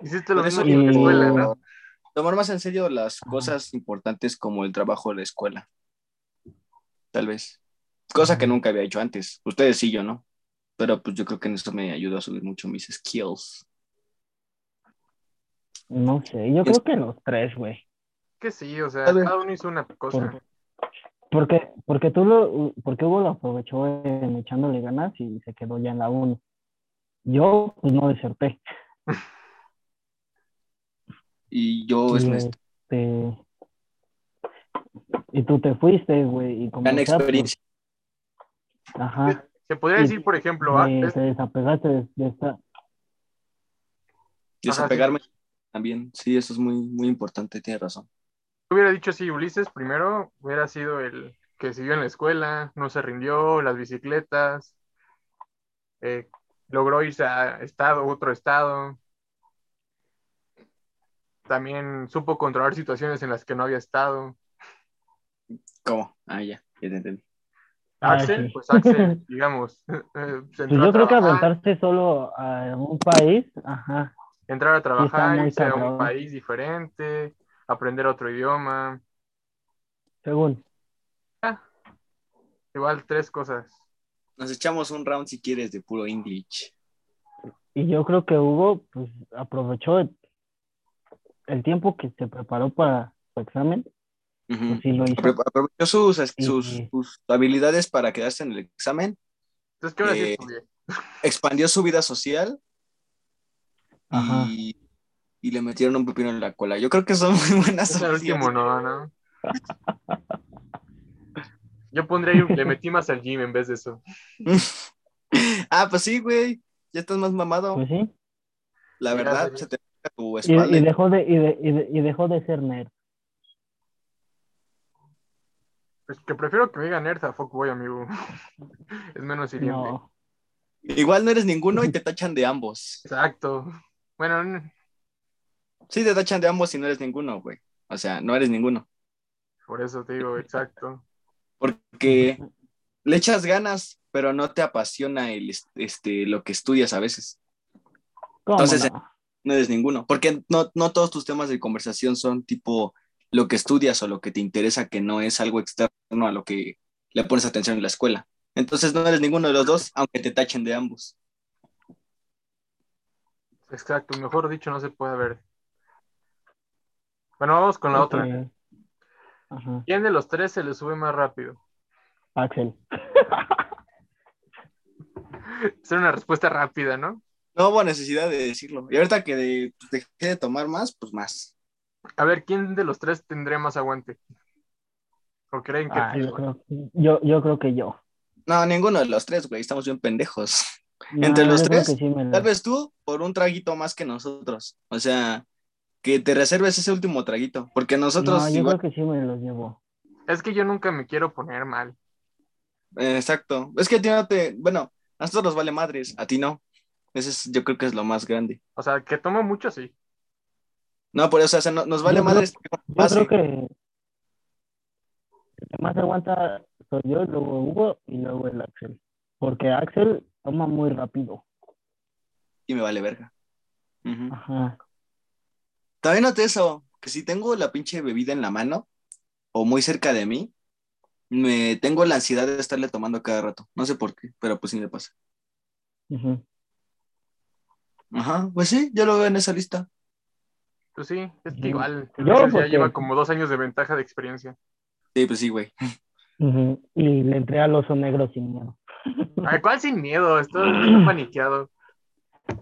Speaker 1: Hiciste lo
Speaker 3: Por
Speaker 1: mismo
Speaker 3: eso
Speaker 1: que en la
Speaker 2: yo-
Speaker 1: escuela, ¿no?
Speaker 3: tomar más en serio las cosas importantes como el trabajo de la escuela. Tal vez. Cosa que nunca había hecho antes. Ustedes sí, yo no. Pero pues yo creo que en eso me ayudó a subir mucho mis skills.
Speaker 2: no sé, yo
Speaker 3: Es-
Speaker 2: creo que los tres, güey.
Speaker 1: Que sí, o sea,
Speaker 3: Tal vez.
Speaker 1: cada uno hizo una cosa.
Speaker 2: Por- Porque, porque tú lo, porque Hugo lo aprovechó en echándole ganas y se quedó ya en la 1. Yo, pues no deserté.
Speaker 3: Y yo es
Speaker 2: Y,
Speaker 3: nuestra
Speaker 2: este, y tú te fuiste, güey. Y como
Speaker 3: gran
Speaker 2: sea, pues,
Speaker 3: experiencia.
Speaker 2: ajá.
Speaker 1: Se podría
Speaker 2: Sí.
Speaker 1: decir, por ejemplo, ah,
Speaker 2: me-
Speaker 1: es-
Speaker 2: te desapegaste de, de esta.
Speaker 3: Desapegarme también. Sí, eso es muy, muy importante. Tienes razón.
Speaker 1: yo hubiera dicho sí, Ulises primero hubiera sido el que siguió en la escuela, no se rindió, las bicicletas, eh, logró irse a estado, otro estado. También supo controlar situaciones en las que no había estado.
Speaker 3: ¿Cómo? Ah, ya. Ya te entendí.
Speaker 2: Ah,
Speaker 1: Axel,
Speaker 2: sí.
Speaker 1: pues Axel, digamos. eh, se
Speaker 2: Pues
Speaker 1: entró
Speaker 2: yo
Speaker 1: a
Speaker 2: creo que
Speaker 1: trabajar,
Speaker 2: aventarse solo a un país, ajá.
Speaker 1: entrar a trabajar,
Speaker 2: muy
Speaker 1: irse a un
Speaker 2: cabrón.
Speaker 1: país diferente, aprender otro idioma.
Speaker 2: Según.
Speaker 1: Igual tres cosas.
Speaker 3: Nos echamos un round si quieres de puro English.
Speaker 2: Y yo creo que Hugo, pues aprovechó el, el tiempo que se preparó para su examen.
Speaker 3: Ujú.
Speaker 2: Pues sí lo hizo.
Speaker 3: Apro- Aprovechó sus, sus-
Speaker 2: Sí.
Speaker 3: sus habilidades para quedarse en el examen.
Speaker 1: Entonces, ¿qué ahora sí
Speaker 3: Eh,
Speaker 1: estudié?
Speaker 3: Expandió su vida social
Speaker 2: Ajá.
Speaker 3: y, y le metieron un pepino en la cola. Yo creo que son muy buenas
Speaker 1: Es el último,
Speaker 3: opciones.
Speaker 1: no, no. Yo pondría, ahí, le metí más al gym en vez de eso.
Speaker 3: Ah, pues sí, güey. Ya estás más mamado.
Speaker 2: Pues sí.
Speaker 3: La
Speaker 1: Ya,
Speaker 3: verdad,
Speaker 1: sí.
Speaker 3: se te pega tu
Speaker 2: Y,
Speaker 3: espalda.
Speaker 2: y dejó de, y, de- y de- y dejó de ser nerd.
Speaker 1: Pues que prefiero que me digan nerd a fuckboy, amigo. Es menos hiriente.
Speaker 2: No.
Speaker 3: Igual no eres ninguno y te tachan de ambos.
Speaker 1: Exacto. Bueno, n-
Speaker 3: Sí, te tachan de ambos y no eres ninguno, güey. O sea, no eres ninguno.
Speaker 1: por eso te digo, exacto.
Speaker 3: Porque le echas ganas, pero no te apasiona el, est- este, lo que estudias a veces.
Speaker 2: ¿Cómo
Speaker 3: Entonces,
Speaker 2: no?
Speaker 3: No eres ninguno, porque no, no todos tus temas de conversación son tipo lo que estudias o lo que te interesa, que no es algo externo a lo que le pones atención en la escuela. Entonces no eres ninguno de los dos, aunque te tachen de ambos.
Speaker 1: Exacto. Mejor dicho, no se puede ver. Bueno, vamos con la otra.
Speaker 2: Porque- Ajá.
Speaker 1: ¿Quién de los tres se le sube más rápido?
Speaker 2: Axel.
Speaker 1: Es una respuesta rápida, ¿no?
Speaker 3: No hubo necesidad de decirlo. Y ahorita que de- dejé de tomar más, pues más.
Speaker 1: A ver, ¿quién de los tres tendría más aguante? ¿O creen que
Speaker 2: Ah, yo,
Speaker 1: Phil?
Speaker 2: creo, yo, yo creo que yo.
Speaker 3: No, ninguno de los tres, güey, estamos bien pendejos.
Speaker 2: No,
Speaker 3: ¿Entre los
Speaker 2: yo creo
Speaker 3: tres?
Speaker 2: que sí me la-
Speaker 3: Tal vez tú por un traguito más que nosotros. O sea, que te reserves ese último traguito, porque nosotros...
Speaker 2: No, yo
Speaker 3: igual-
Speaker 2: creo que sí me los llevo.
Speaker 1: Es que yo nunca me quiero poner mal.
Speaker 3: Eh, Exacto. Es que a ti no te. Bueno, a nosotros nos vale madres, a ti no. Ese es, yo creo que es lo más grande.
Speaker 1: O sea, que tomo mucho, sí.
Speaker 3: No, por eso, o sea, no- nos vale
Speaker 2: Yo creo-
Speaker 3: madres. que
Speaker 2: Yo
Speaker 3: pase.
Speaker 2: creo que el que más aguanta soy yo, luego Hugo y luego el Axel. Porque Axel toma muy rápido.
Speaker 3: Y me vale verga. Ujú.
Speaker 2: Ajá.
Speaker 3: También noté eso, que si tengo la pinche bebida en la mano o muy cerca de mí, me tengo la ansiedad de estarle tomando cada rato. No sé por qué, pero pues sí me pasa.
Speaker 2: ujú.
Speaker 3: Ajá, pues sí, yo lo veo en esa lista.
Speaker 1: Pues sí, es
Speaker 2: Ujú.
Speaker 1: que igual.
Speaker 2: Yo,
Speaker 1: Ulises ya
Speaker 2: porque-
Speaker 1: lleva como dos años de ventaja de experiencia.
Speaker 3: Sí, pues sí, güey.
Speaker 2: Ujú. Y le entré al oso negro sin miedo.
Speaker 1: Ay, ¿Cuál sin miedo? Estoy bien paniqueado.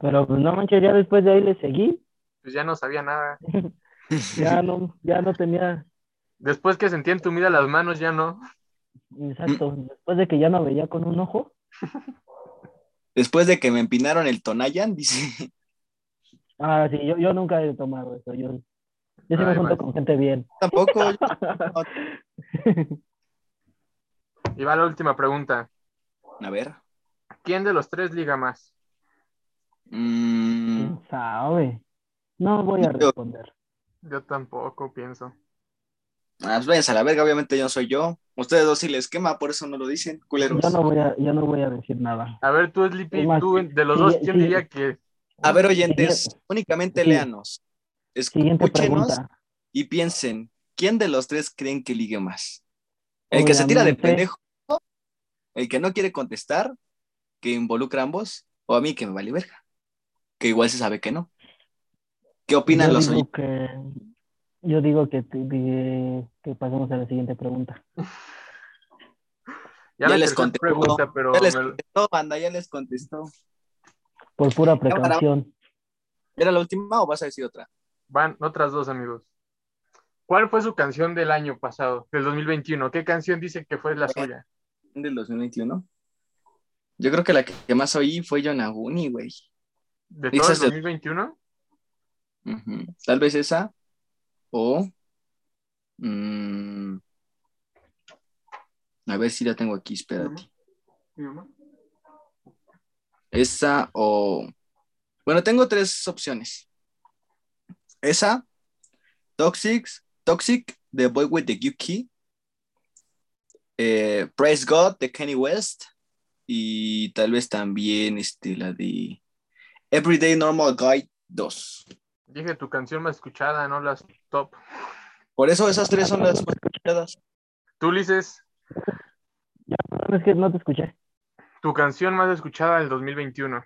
Speaker 2: Pero pues no manches, ya después de ahí le seguí.
Speaker 1: Pues ya no sabía nada.
Speaker 2: Ya no, ya no tenía.
Speaker 1: Después que sentí entumidas las manos, ya no.
Speaker 2: Exacto.
Speaker 3: Mm.
Speaker 2: Después de que ya no veía con un ojo.
Speaker 3: Después de que me empinaron el Tonayan, dice.
Speaker 2: Ah, sí, yo, yo nunca he tomado eso. Yo, yo sí me
Speaker 1: Ay,
Speaker 2: junto
Speaker 1: vale.
Speaker 2: con gente bien.
Speaker 3: Tampoco.
Speaker 1: Y va la última pregunta.
Speaker 3: A ver.
Speaker 1: ¿Quién de los tres liga más?
Speaker 3: Mm,
Speaker 2: ¿Quién sabe? No voy a
Speaker 3: Yo-
Speaker 2: responder.
Speaker 1: Yo tampoco pienso.
Speaker 3: ah, pues váyanse a la verga, obviamente yo no soy yo. Ustedes dos sí les quema, por eso no lo dicen, culeros.
Speaker 2: Yo no voy a, yo no voy a decir nada.
Speaker 1: A ver, tú, Sleepy,
Speaker 2: Es más,
Speaker 1: tú, de los
Speaker 2: sí,
Speaker 1: dos, ¿quién
Speaker 2: sí.
Speaker 1: diría que
Speaker 3: A ver, oyentes,
Speaker 2: Siguiente-
Speaker 3: únicamente
Speaker 2: Sí.
Speaker 3: léanos.
Speaker 2: Siguiente
Speaker 3: Escúchenos
Speaker 2: pregunta.
Speaker 3: y piensen, ¿quién de los tres creen que ligue más? ¿El que se tira de
Speaker 2: Obviamente.
Speaker 3: pendejo? ¿El que no quiere contestar? ¿Que involucra a ambos? ¿O a mí que me vale verga? Que igual se sabe que no. ¿Qué opinan
Speaker 2: Yo
Speaker 3: los
Speaker 2: digo
Speaker 3: oyentes?
Speaker 2: que, yo digo que, que, que pasemos a la siguiente pregunta.
Speaker 1: Ya,
Speaker 3: Ya
Speaker 1: la tercera
Speaker 3: les contestó.
Speaker 1: pregunta, pero
Speaker 3: Ya les
Speaker 1: me-
Speaker 3: contestó, banda, ya les contestó.
Speaker 2: Por pura
Speaker 3: Cámara.
Speaker 2: precaución.
Speaker 3: ¿Era la última o vas a decir otra?
Speaker 1: van otras dos, amigos. ¿Cuál fue su canción del año pasado, del 2021? ¿Qué canción dice que fue la
Speaker 3: Eh,
Speaker 1: suya?
Speaker 3: del 2021. Yo creo que la que que más oí fue Yonaguni, güey.
Speaker 1: ¿De todo el
Speaker 3: Dices de-
Speaker 1: 2021?
Speaker 3: Ujú. Tal vez esa. O. mm, a ver si la tengo aquí, espérate. Esa o. Bueno, tengo tres opciones. Esa, Toxic, Toxic de Boy with the Yuki, eh, Praise God de Kanye West y tal vez también este, la de Everyday Normal Guy 2.
Speaker 1: Dije tu canción más escuchada, no las top.
Speaker 3: Por eso esas tres son las más escuchadas.
Speaker 1: Tú, Lices,
Speaker 2: Perdón, Es que no te escuché.
Speaker 1: tu canción más escuchada del 2021.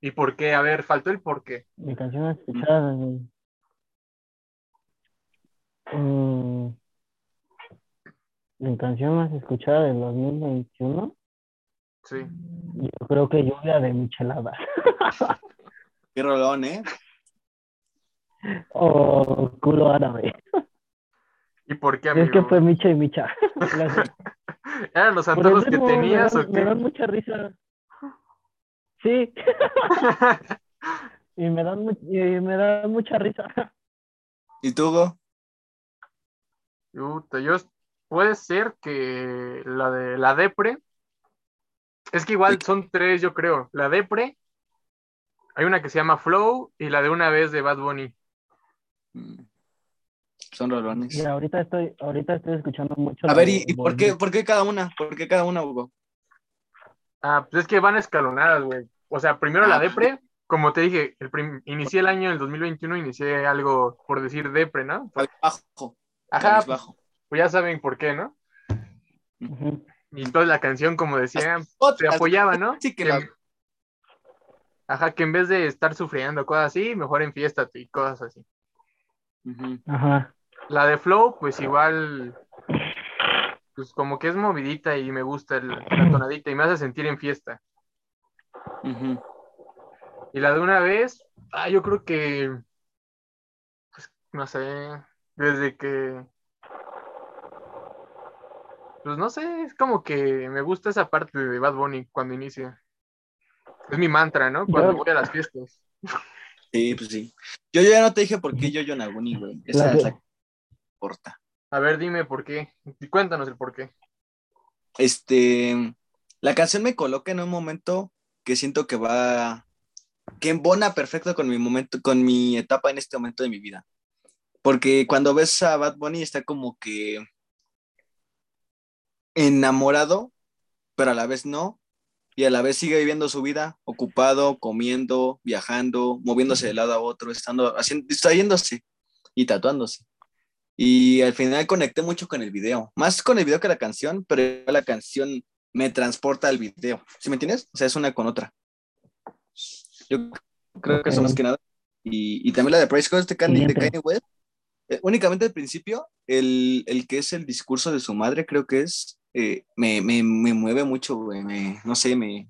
Speaker 1: ¿Y por qué? A ver, faltó el por qué.
Speaker 2: Mi canción escuchada. güey. Mm. Mi canción más escuchada del 2021,
Speaker 1: Sí.
Speaker 2: yo creo que Lluvia de Michelada.
Speaker 3: Qué rolón, ¿eh?
Speaker 2: O Oh, culo árabe.
Speaker 1: ¿Y por qué,
Speaker 2: Es que
Speaker 1: amigo?
Speaker 2: fue Micha y Micha. Las-
Speaker 1: ¿Eran los
Speaker 2: por
Speaker 1: antojos
Speaker 2: eso
Speaker 1: que
Speaker 2: no,
Speaker 1: tenías
Speaker 2: me dan,
Speaker 1: o
Speaker 2: me
Speaker 1: qué?
Speaker 2: dan mucha risa. Sí, y me dan, mu- y me dan mucha risa.
Speaker 3: ¿Y tú, Hugo?
Speaker 1: Puta, yo- puede ser que la de la depre. Es que igual son tres, yo creo. La depre. Hay una que se llama Flow y la de una vez de Bad Bunny.
Speaker 3: Mm. Son rolones.
Speaker 2: Y ahorita estoy, ahorita estoy escuchando mucho.
Speaker 3: A
Speaker 2: la
Speaker 3: ver,
Speaker 2: de
Speaker 3: ¿y, y por, qué, por qué cada una? ¿Por qué cada una, Hugo?
Speaker 1: Ah, pues es que van escalonadas, güey. O sea, primero
Speaker 3: Ah.
Speaker 1: la depre. Como te dije, el prim- inicié el año del 2021, inicié algo por decir depre, ¿no?
Speaker 3: Bajo.
Speaker 1: Ajá, pues
Speaker 3: bajo.
Speaker 1: ya saben por qué, ¿no?
Speaker 2: Ujú.
Speaker 1: Y entonces la canción, como decía, te apoyaba, ¿no?
Speaker 3: Sí que
Speaker 1: Que-
Speaker 3: la-
Speaker 1: Ajá, que en vez de estar sufriendo cosas así, mejor en fiesta y cosas así.
Speaker 3: Ujú.
Speaker 2: Ajá.
Speaker 1: La de Flow, pues igual, pues como que es movidita y me gusta el- la tonadita y me hace sentir en fiesta.
Speaker 3: Ujú.
Speaker 1: Y la de una vez, ah, yo creo que, pues no sé, desde que, pues no sé, es como que me gusta esa parte de Bad Bunny cuando inicia. Es mi mantra, ¿no? Cuando
Speaker 2: Yo-
Speaker 1: voy a las fiestas.
Speaker 3: Sí, pues sí. Yo, yo ya no te dije por qué yo, yo Naguni, güey. Esa
Speaker 2: La
Speaker 3: es
Speaker 2: de-
Speaker 3: la que importa.
Speaker 1: A ver, dime por qué. Y cuéntanos el por qué.
Speaker 3: Este, la canción me coloca en un momento que siento que va, que embona perfecto con mi momento, con mi etapa en este momento de mi vida. Porque cuando ves a Bad Bunny está como que enamorado, pero a la vez no, y a la vez sigue viviendo su vida, ocupado, comiendo, viajando, moviéndose de lado a otro, estando, haciendo, distrayéndose y tatuándose. Y al final conecté mucho con el video, más con el video que la canción, pero la canción me transporta al video. ¿Sí me entiendes? O sea, es una con otra. Yo creo que son
Speaker 2: Ok.
Speaker 3: más que nada. Y, y también la de Price Coast de Kanye, de
Speaker 2: Siguiente.
Speaker 3: Kanye West. Eh, únicamente al principio, el, el que es el discurso de su madre, creo que es eh, me, me, me mueve mucho, güey. Me, no sé, me,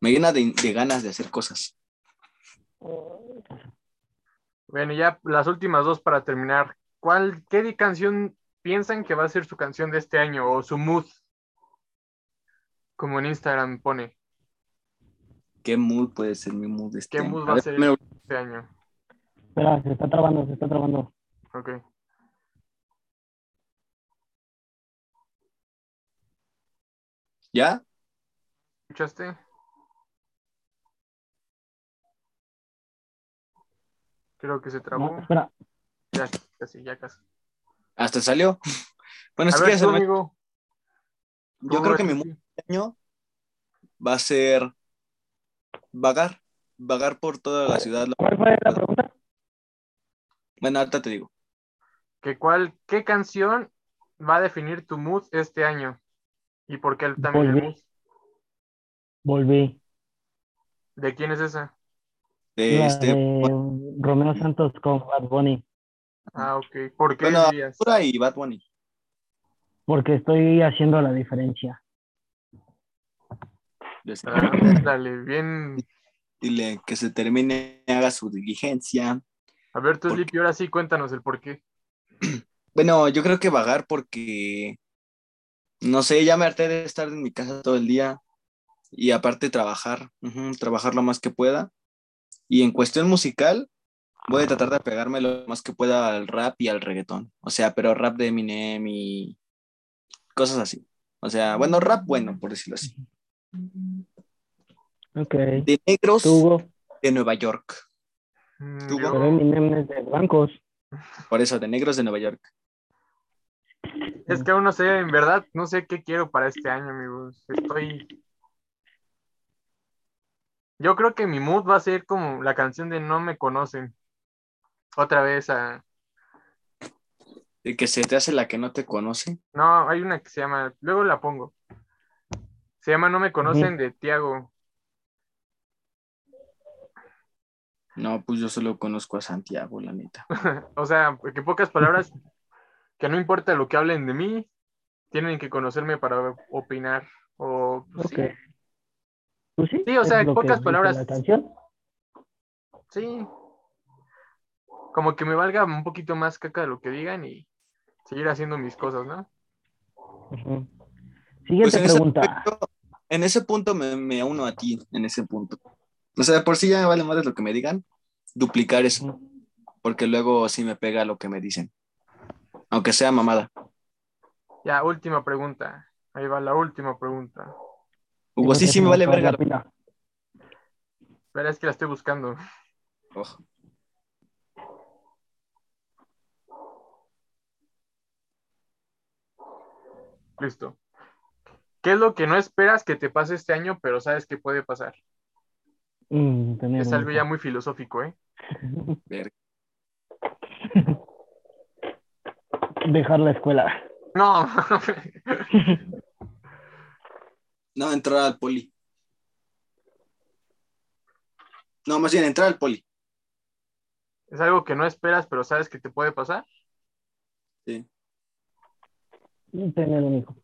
Speaker 3: me llena de, de ganas de hacer cosas.
Speaker 1: Bueno, y ya las últimas dos para terminar. ¿Cuál, qué di- canción piensan que va a ser su canción de este año o su mood? Como en Instagram pone,
Speaker 3: ¿Qué mood puede ser mi mood? Este
Speaker 1: ¿qué
Speaker 3: año?
Speaker 1: mood va a
Speaker 3: ver,
Speaker 1: ser
Speaker 3: primero,
Speaker 1: este año?
Speaker 2: Espera, se está trabando, se está trabando.
Speaker 1: Ok.
Speaker 3: ¿Ya?
Speaker 1: ¿Escuchaste? Creo que se
Speaker 2: No,
Speaker 1: trabó.
Speaker 2: espera.
Speaker 1: Ya casi, ya casi.
Speaker 3: ¿Hasta salió? Bueno,
Speaker 1: A
Speaker 3: si
Speaker 1: ver,
Speaker 3: quieres,
Speaker 1: tú,
Speaker 3: hermano,
Speaker 1: amigo.
Speaker 3: yo
Speaker 1: ¿cómo
Speaker 3: creo
Speaker 1: ves?
Speaker 3: que mi mood este año va a ser vagar, vagar por toda
Speaker 1: Oh.
Speaker 3: la ciudad.
Speaker 2: ¿Cuál fue la pregunta?
Speaker 3: Bueno, ahorita te digo.
Speaker 1: ¿Que cuál, ¿Qué canción va a definir tu mood este año? ¿Y por qué también el
Speaker 2: Volver.
Speaker 1: mood?
Speaker 2: Volví.
Speaker 1: ¿De quién es esa?
Speaker 3: De
Speaker 2: La
Speaker 3: este, pues,
Speaker 2: de Romeo Santos con Bad Bunny.
Speaker 1: Ah, ok. ¿Por qué
Speaker 3: Bueno,
Speaker 1: dirías?
Speaker 3: Pura y Bad Bunny.
Speaker 2: Porque estoy haciendo la diferencia.
Speaker 3: Les-
Speaker 1: Ah, dale, bien.
Speaker 3: Dile que se termine, haga su diligencia.
Speaker 1: A ver, tú,
Speaker 3: ¿Por
Speaker 1: Sleepy, ahora sí, cuéntanos el por qué.
Speaker 3: Bueno, yo creo que vagar porque, no sé, ya me harté de estar en mi casa todo el día y aparte trabajar, ujú, trabajar lo más que pueda. Y en cuestión musical, voy a tratar de pegarme lo más que pueda al rap y al reggaetón. O sea, pero rap de Eminem y cosas así. O sea, bueno, rap bueno, por decirlo así.
Speaker 2: Ok.
Speaker 3: De negros
Speaker 2: Tú, Hugo.
Speaker 3: de Nueva York.
Speaker 1: Mm,
Speaker 3: Tú,
Speaker 1: yo-
Speaker 2: Pero Eminem es de blancos.
Speaker 3: Por eso, de negros de Nueva York.
Speaker 1: es que aún no sé, en verdad, no sé qué quiero para este año, amigos. Estoy. Yo creo que mi mood va a ser como la canción de No me conocen. Otra vez a.
Speaker 3: De que se te hace la que no te conoce.
Speaker 1: No, hay una que se llama, luego la pongo. Se llama No me conocen de Tiago.
Speaker 3: No, pues yo solo conozco a Santiago, la neta.
Speaker 1: O sea, que en pocas palabras, que no importa lo que hablen de mí, tienen que conocerme para opinar. O pues,
Speaker 2: Ok. ¿Tú sí?
Speaker 1: Sí, o sea,
Speaker 2: Es lo que
Speaker 1: pocas
Speaker 2: dice
Speaker 1: palabras.
Speaker 2: La canción.
Speaker 1: sí, sí. Como que me valga un poquito más caca de lo que digan y seguir haciendo mis cosas, ¿no?
Speaker 2: Ujú.
Speaker 3: Pues
Speaker 2: Siguiente
Speaker 3: en ese
Speaker 2: pregunta.
Speaker 3: punto, en ese punto me, me uno a ti, en ese punto. O sea, de por si ya me vale más lo que me digan, duplicar eso,
Speaker 2: Ujú.
Speaker 3: porque luego sí me pega lo que me dicen. Aunque sea mamada.
Speaker 1: Ya, última pregunta. Ahí va la última pregunta.
Speaker 3: Hugo, sí, sí me vale
Speaker 2: ¿Cuál es
Speaker 3: verga.
Speaker 2: la pila?
Speaker 1: Espera, es que la estoy buscando.
Speaker 3: lo- Ojo.
Speaker 1: Listo. ¿Qué es lo que no esperas que te pase este año, pero sabes que puede pasar?
Speaker 2: Mm, tener
Speaker 1: Es
Speaker 2: un
Speaker 1: algo
Speaker 2: hijo.
Speaker 1: ya muy filosófico, ¿eh?
Speaker 2: Dejar la escuela.
Speaker 1: No,
Speaker 3: No, entrar al poli. No, más bien entrar al poli.
Speaker 1: es algo que no esperas, pero sabes que te puede pasar.
Speaker 2: Tener un hijo.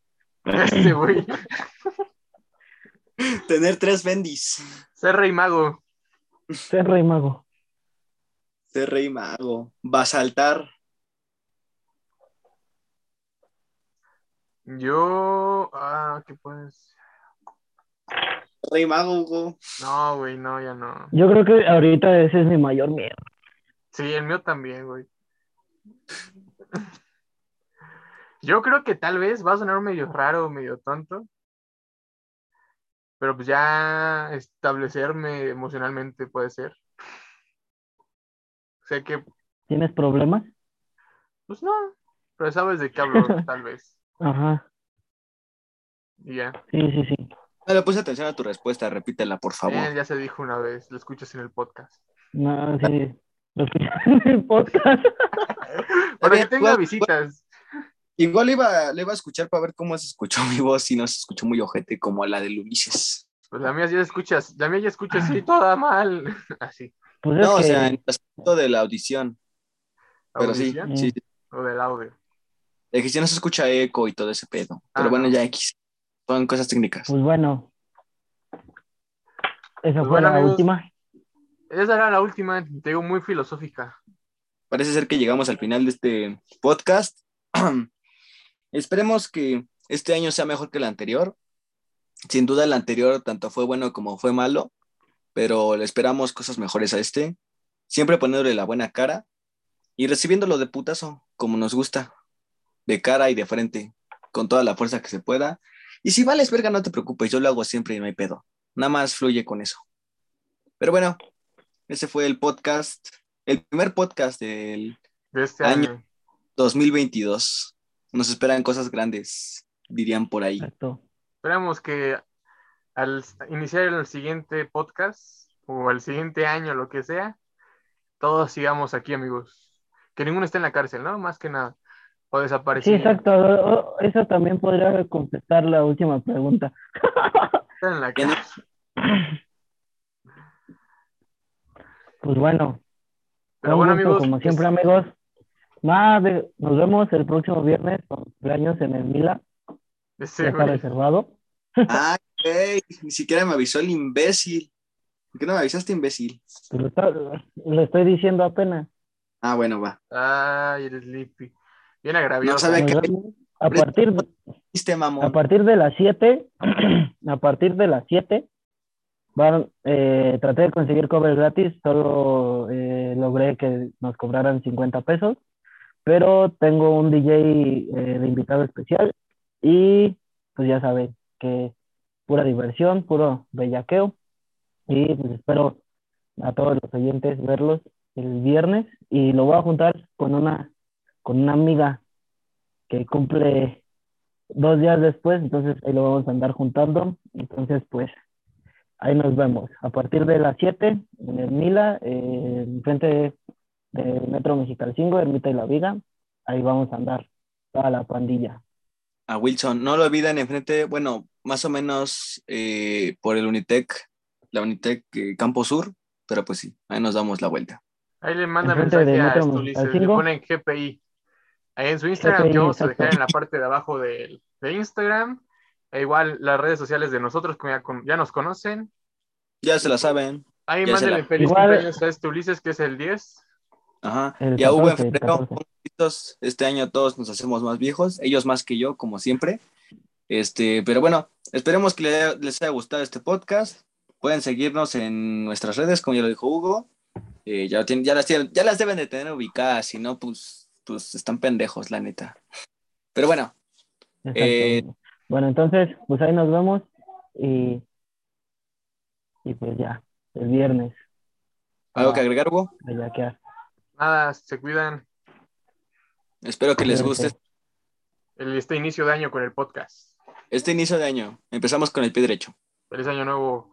Speaker 1: Este, güey.
Speaker 3: Tener tres bendis.
Speaker 1: Ser rey mago.
Speaker 2: Ser rey mago.
Speaker 3: Ser rey mago. Basaltar.
Speaker 1: Yo. Ah, ¿qué puedes?
Speaker 3: Rey mago, Hugo.
Speaker 1: No, güey, no, ya no.
Speaker 2: Yo creo que ahorita ese es mi mayor miedo.
Speaker 1: Sí, el mío también, güey. Yo creo que tal vez va a sonar medio raro, medio tonto. Pero pues ya establecerme emocionalmente puede ser. O sea que,
Speaker 2: ¿Tienes problemas?
Speaker 1: pues no. Pero sabes de qué hablo, tal vez.
Speaker 2: Ajá.
Speaker 1: Y ya.
Speaker 2: Sí, sí, sí.
Speaker 3: No le puse pues, atención a tu respuesta, repítela, por
Speaker 1: Eh,
Speaker 3: favor.
Speaker 1: ya se dijo una vez, lo escuchas en el podcast.
Speaker 2: No, sí. Lo escuché en el podcast.
Speaker 1: Para que
Speaker 3: bien, pues,
Speaker 1: tenga
Speaker 3: igual-
Speaker 1: visitas.
Speaker 3: Igual iba, le iba a escuchar para ver cómo se escuchó mi voz y no se escuchó muy ojete como la del Ulises.
Speaker 1: Pues la mía ya escuchas, la mía ya escuchas así toda mal. Así.
Speaker 2: Pues es
Speaker 3: No, o
Speaker 2: que
Speaker 3: sea, en el aspecto de la audición. Pero sí,
Speaker 1: ¿Audición?
Speaker 3: sí, sí.
Speaker 1: O del audio.
Speaker 3: De que ya no se escucha eco y todo ese pedo.
Speaker 1: Ah,
Speaker 3: Pero bueno,
Speaker 1: no.
Speaker 3: ya X. Son cosas técnicas.
Speaker 2: Pues bueno. Esa
Speaker 1: Pues
Speaker 2: fue
Speaker 1: bueno,
Speaker 2: la
Speaker 1: amigos.
Speaker 2: última.
Speaker 1: Esa era la última, te digo, muy filosófica.
Speaker 3: Parece ser que llegamos al final de este podcast. Esperemos que este año sea mejor que el anterior. Sin duda el anterior tanto fue bueno como fue malo, pero le esperamos cosas mejores a este. Siempre poniéndole la buena cara y recibiéndolo de putazo, como nos gusta. De cara y de frente, con toda la fuerza que se pueda. Y si vales verga, no te preocupes, yo lo hago siempre y no hay pedo. Nada más fluye con eso. Pero bueno, ese fue el podcast, el primer podcast del
Speaker 1: De este
Speaker 3: Año.
Speaker 1: año.
Speaker 3: 2022. Nos esperan cosas grandes, dirían por ahí.
Speaker 2: Exacto.
Speaker 1: Esperamos que al iniciar el siguiente podcast o el siguiente año, lo que sea, todos sigamos aquí, amigos. Que ninguno esté en la cárcel, ¿no? Más que nada. O
Speaker 2: Sí,
Speaker 1: desaparecido.
Speaker 2: exacto. O- o- Eso también podría completar la última pregunta.
Speaker 1: Están en la
Speaker 3: Que no-
Speaker 1: cárcel.
Speaker 2: Pues bueno.
Speaker 1: Pero
Speaker 2: Un
Speaker 1: bueno,
Speaker 2: gusto,
Speaker 1: amigos.
Speaker 2: Como
Speaker 1: pues,
Speaker 2: siempre, amigos. Más de- nos vemos el próximo viernes con cumpleaños en el Mila.
Speaker 1: ese
Speaker 2: ya está
Speaker 1: güey.
Speaker 2: reservado.
Speaker 3: Ay, güey, ni siquiera me avisó el imbécil. ¿Por qué no me avisaste, imbécil?
Speaker 2: Pues lo, está- lo estoy diciendo apenas.
Speaker 3: Ah, bueno, va.
Speaker 1: Ay, el Sleepy. Bien agraviado.
Speaker 3: No sabe
Speaker 2: Nos
Speaker 3: qué
Speaker 2: vemos A partir,
Speaker 3: hiciste,
Speaker 2: a
Speaker 3: mamón.
Speaker 2: partir de las 7, a partir de las 7, van, eh, traté de conseguir cover gratis, solo eh, logré que nos cobraran 50 pesos, pero tengo un DJ eh, de invitado especial y pues ya saben que pura diversión, puro bellaqueo y pues espero a todos los oyentes verlos el viernes y lo voy a juntar con una, con una amiga que cumple dos días después, entonces ahí lo vamos a andar juntando. Entonces, pues ahí nos vemos. A partir de las 7 en el Mila, eh, enfrente del Metro Mexical 5, Ermita y la Viga, ahí vamos a andar toda la pandilla.
Speaker 3: A Wilson, no lo olviden enfrente, bueno, más o menos eh, por el Unitec, la Unitec eh, Campo Sur, pero pues sí, ahí nos damos la vuelta.
Speaker 1: Ahí le manda
Speaker 2: Enfrente
Speaker 1: mensaje
Speaker 2: de
Speaker 1: a
Speaker 2: Metro
Speaker 1: este
Speaker 2: Musical
Speaker 1: Ulises, le
Speaker 2: cinco.
Speaker 1: ponen GPI. Ahí en su Instagram,
Speaker 2: GPI,
Speaker 1: que vamos a
Speaker 2: exacto.
Speaker 1: dejar en la parte de abajo del- de, Instagram. E igual las redes sociales de nosotros, que ya, con- ya nos conocen.
Speaker 3: Ya se la saben.
Speaker 1: Ahí
Speaker 3: Ya se
Speaker 1: mándenle
Speaker 3: la-
Speaker 1: feliz
Speaker 2: Igual-
Speaker 1: cumpleaños a este Ulises, que es el 10.
Speaker 3: Ajá.
Speaker 2: El
Speaker 3: ya hubo en
Speaker 2: 14, el
Speaker 3: febrero,
Speaker 2: 14.
Speaker 3: pongan listos, este año todos nos hacemos más viejos, ellos más que yo, como siempre. Este, pero bueno, esperemos que le- les haya gustado este podcast. Pueden seguirnos en nuestras redes, como ya lo dijo Hugo. Eh, ya, tienen- ya, las tienen- ya las deben de tener ubicadas, si no, pues, pues están pendejos, la neta. Pero bueno,
Speaker 2: Exacto.
Speaker 3: Eh,
Speaker 2: bueno, entonces, pues ahí nos vemos y, y pues ya, el viernes,
Speaker 3: algo
Speaker 2: Ah.
Speaker 3: que agregar, Hugo.
Speaker 2: a bellaquear.
Speaker 1: Nada, se cuidan
Speaker 3: Espero que les
Speaker 2: Cuídate.
Speaker 3: guste
Speaker 1: el, este inicio de año con el podcast.
Speaker 3: este inicio de año. Empezamos con el pie derecho.
Speaker 1: Feliz año nuevo.